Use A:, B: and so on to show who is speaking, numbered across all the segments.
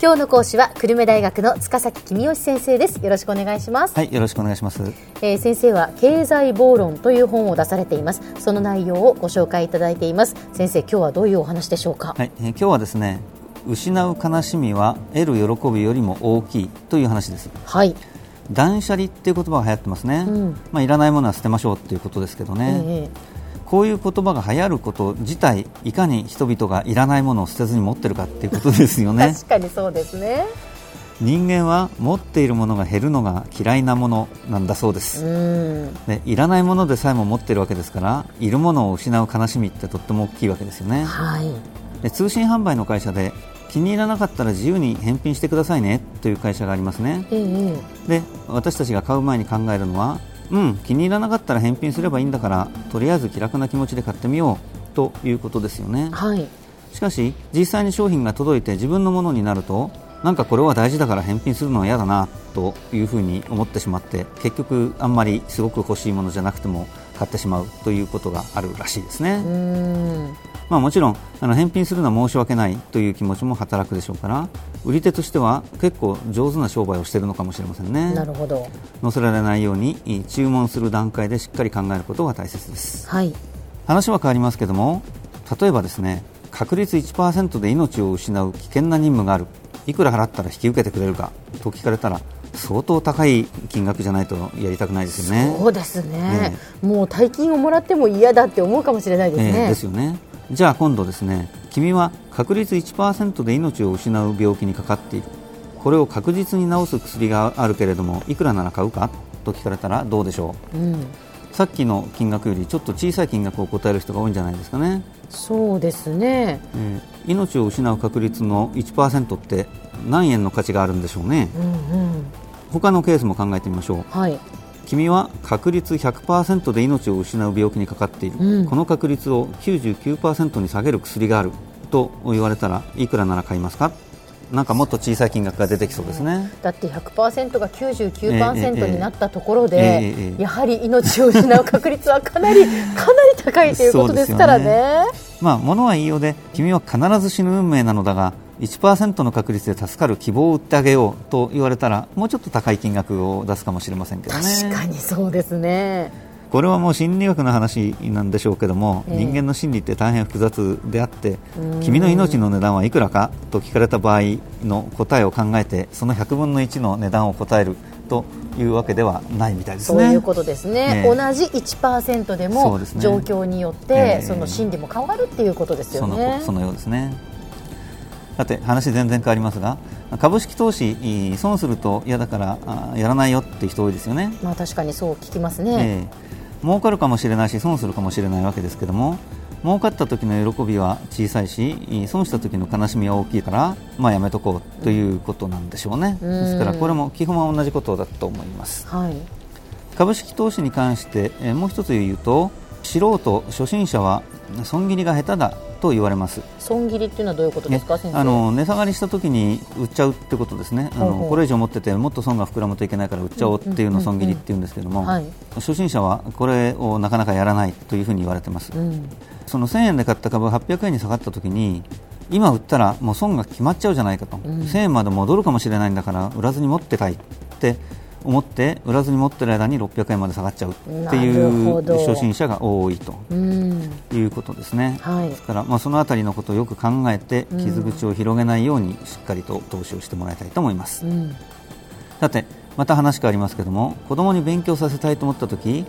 A: 今日の講師は久留米大学の塚崎公義先生ですよろしくお願いします
B: はいよろしくお願いします、
A: えー先生は経済暴論という本を出されていますその内容をご紹介いただいています先生今日はどういうお話でしょうか
B: はいえー今日はですね失う悲しみは得る喜びよりも大きいという話です
A: はい、
B: 断捨離っていう言葉が流行ってますね、
A: うん
B: まあ、いらないものは捨てましょうっていうことですけど
A: え
B: ね、こういう言葉が流行ること自体いかに人々がいらないものを捨てずに持ってるかっていうことですよ
A: え
B: ね
A: 確かにそうですね
B: 人間は持っているものが減るのが嫌いなものなんだそうで
A: う
B: す、
A: ん
B: でいらないものでさえも持ってるわけですからいるものを失う悲しみってとっても大きいわけですよね
A: はい
B: で通信販売の会社で気に入らなかったら自由に返品してくださいねという会社がありますね
A: えええ
B: で私たちが買う前に考えるのはうん気に入らなかったら返品すればいいんだからとりあえず気楽な気持ちで買ってみようということですよね
A: えはい
B: しかし実際に商品が届いて自分のものになるとなんかこれは大事だから返品するのは嫌だなというふうに思ってしまって結局あんまりすごく欲しいものじゃなくても買ってしまうということがあるらしいですね、
A: うん
B: まあ、もちろんあの返品するのは申し訳ないという気持ちも働くでしょうから売り手としては結構上手な商売をしているのかもしれませんね
A: なるほど
B: 載せられないようにえー注文する段階でしっかり考えることが大切です
A: はい
B: 話は変わりますけども例えばですね確率1%で命を失う危険な任務があるいくら払ったら引き受けてくれるかと聞かれたら相当高い金額じゃないとやりたくないですよね
A: そうですね、もう大金をもらっても嫌だって思うかもしれないです
B: え
A: ね。
B: えですよねじゃあ今度ですね君は確率1%で命を失う病気にかかっているこれを確実に治す薬があるけれどもいくらなら買うかと聞かれたらどうでしょ
A: うん、
B: うさっきの金額よりちょっと小さい金額を答える人が多いんじゃないですかね、
A: そうですね。
B: ええ命を失う確率の1%って何円の価値があるんでしょうね
A: うんうん、
B: 他のケースも考えてみましょう
A: はい、
B: 君は確率100%で命を失う病気にかかっている、
A: うん
B: この確率を99%に下げる薬があると言われたらいくらなら買いますかなんかもっと小さい金額が出てきそうですね、
A: だって100%が
B: えええ
A: 99%
B: え
A: になったところで、
B: ええええ
A: やはり命を失う確率はかな りかなり高いということですからね。
B: まあ物は言いようで君は必ず死ぬ運命なのだが1%の確率で助かる希望を売ってあげようと言われたらもうちょっと高い金額を出すかもしれませんけどね
A: 確かにそうですね。
B: これはもう心理学の話なんでしょうけども、
A: ええ
B: 人間の心理って大変複雑であって君の命の値段はいくらかと聞かれた場合の答えを考えてその100分の1の値段を答えるというわけではないみたいです
A: そう
B: ね。
A: いうことですね。
B: ええ
A: 同じ1%で
B: そ
A: も
B: うですね
A: 状況によって、
B: ええ
A: その心理も変わるっていうことですよ
B: そ
A: ね
B: の。そのようですね。さて話全然変わりますが株式投資いい損すると嫌だからあやらないよって人多いですよね。
A: まあ確かにそう聞きますね。
B: ええ儲かるかもしれないし損するかもしれないわけですけども儲かった時の喜びは小さいし損した時の悲しみは大きいから、まあ、やめとこうということなんでしょうね、
A: うん
B: ですからこれも基本は同じことだと思います
A: はい。
B: 株式投資に関して、えーもう一つ言うと素人初心者は損切りが下手だと言われます
A: 損切りっていうのはどういうことで
B: ね
A: すか、先生。
B: あの値下がりした時に売っちゃうってことですね、あ
A: ほうほ
B: の
A: う
B: これ以上持っててもっと損が膨らむといけないから売っちゃおうっていうのを損切りって言うんですけども、
A: はい
B: 初心者はこれをなかなかやらないというふうに言われてます、
A: うん、
B: その1000円で買った株が800円に下がった時に今売ったらもう損が決まっちゃうじゃないかと、
A: ん
B: 1000円まで戻るかもしれないんだから売らずに持ってたいって思って売らずに持ってる間に600円まで下がっちゃうってい
A: なるほ
B: う
A: ど
B: 初心者が多いと
A: うん、
B: いうことですね、
A: はい
B: ですから、まあ、そのあたりのことをよく考えて傷口を広げないようにしっかりと投資をしてもらいたいと思います、
A: うん、
B: さてまた話変わりますけども子供に勉強させたいと思った時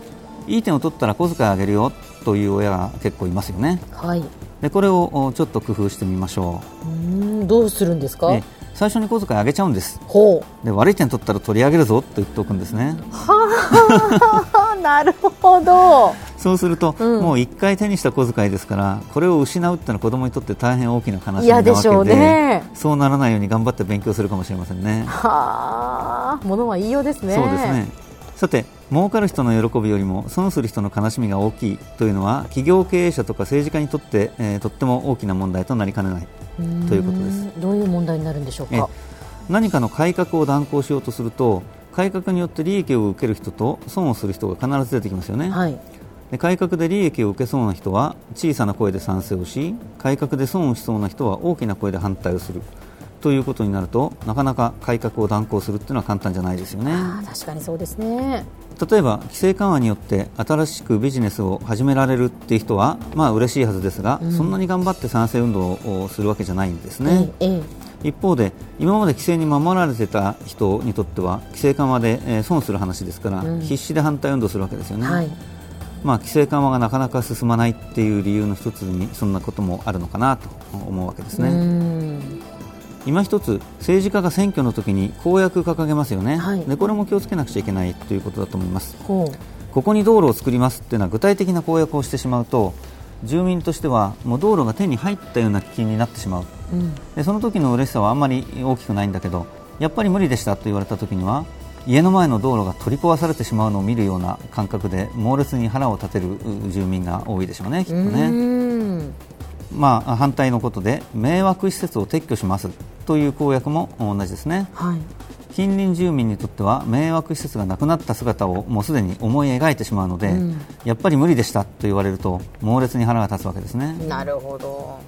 B: いい点を取ったら小遣いあげるよという親が結構いますよね
A: はい。
B: でこれをおちょっと工夫してみましょ
A: うーんどうするんですか、
B: う、え最初に小遣いあげちゃうんです
A: ほう
B: で悪い点取ったら取り上げるぞと言っておくんですね
A: はあ なるほど
B: そうすると、
A: うん
B: もう1回手にした小遣いですからこれを失うってのは子供にとって大変大きな悲しみな
A: 嫌
B: わけ
A: で
B: で
A: しょうね
B: そうならないように頑張って勉強するかもしれませんね。
A: はあものは言いようですね
B: そうですねさて儲かる人の喜びよりも損する人の悲しみが大きいというのは企業経営者とか政治家にとって、えーとっても大きな問題となりかねない
A: ーん
B: ということです
A: どういう問題になるんでしょう
B: え
A: か
B: 何かの改革を断行しようとすると改革によって利益を受ける人と損をする人が必ず出てきますよね、
A: はい
B: で改革で利益を受けそうな人は小さな声で賛成をし改革で損をしそうな人は大きな声で反対をするということになるとなかなか改革を断行するっていうのは簡単じゃないですよね。
A: あー確かにそうですね
B: 例えば規制緩和によって新しくビジネスを始められるっていう人はまあ嬉しいはずですが、そんなに頑張って賛成運動をするわけじゃないんですね。
A: ええええ
B: 一方で今まで規制に守られてた人にとっては規制緩和で、えー損する話ですから、必死で反対運動するわけですよね、
A: はい
B: まあ、規制緩和がなかなか進まないっていう理由の一つにそんなこともあるのかなと思うわけです
A: う
B: ね
A: ん
B: 今一つ政治家が選挙の時に公約掲げますよね、
A: はい
B: でこれも気をつけなくちゃいけないということだと思います
A: ほ
B: ここに道路を作りますっていうのは具体的な公約をしてしまうと住民としてはもう道路が手に入ったような気になってしまう
A: う、うん、
B: でその時の嬉しさはあんまり大きくないんだけどやっぱり無理でしたと言われた時には家の前の道路が取り壊されてしまうのを見るような感覚で猛烈に腹を立てるう住民が多いでしょうね、きっとね。
A: うん
B: まあ、反対のことで迷惑施設を撤去しますという公約も同じですね。
A: はい
B: 近隣住民にとっては迷惑施設がなくなった姿をもうすでに思い描いてしまうので、
A: うん
B: やっぱり無理でしたと言われると猛烈に腹が立つわけですね。
A: なるほど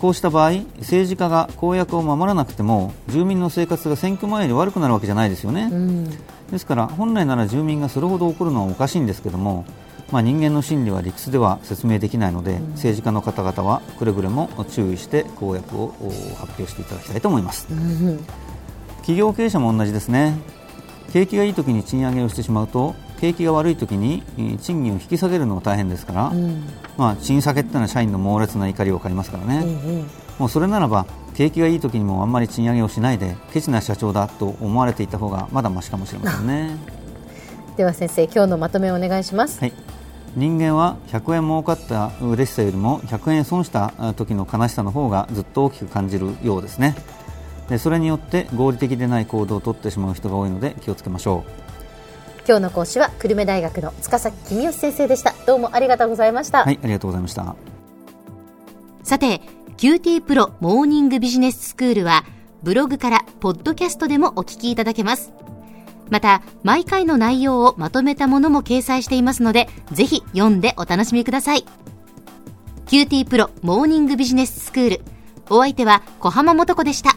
B: こうした場合、政治家が公約を守らなくても住民の生活が選挙前より悪くなるわけじゃないですよね、
A: うん
B: ですから本来なら住民がそれほど怒るのはおかしいんですけども、まあ、人間の心理は理屈では説明できないので、政治家の方々はくれぐれも注意して公約をお発表していただきたいと思います
A: うん
B: 企業経営者も同じですね景気がいい時に賃上げをしてしまうと景気が悪い時にえー賃金を引き下げるのが大変ですから、
A: うん
B: まあ、賃下げってのは社員の猛烈な怒りを買いますからね、
A: ええ
B: もうそれならば景気がいい時にもあんまり賃上げをしないでケチな社長だと思われていた方がまだましかもしれませんね、
A: では先生今日のまとめをお願いします、
B: はい、人間は100円儲かった嬉しさよりも100円損したあ時の悲しさの方がずっと大きく感じるようですねでそれによって合理的でない行動をとってしまう人が多いので気をつけましょう
A: 今日の講師は久留米大学の塚崎公義先生でしたどうもありがとうございました、
B: はいありがとうございました
C: さて、QT プロモーニングビジネススクールは、ブログからポッドキャストでもお聞きいただけます。また、毎回の内容をまとめたものも掲載していますので、ぜひ読んでお楽しみください。QT プロモーニングビジネススクール。お相手は小浜もとこでした。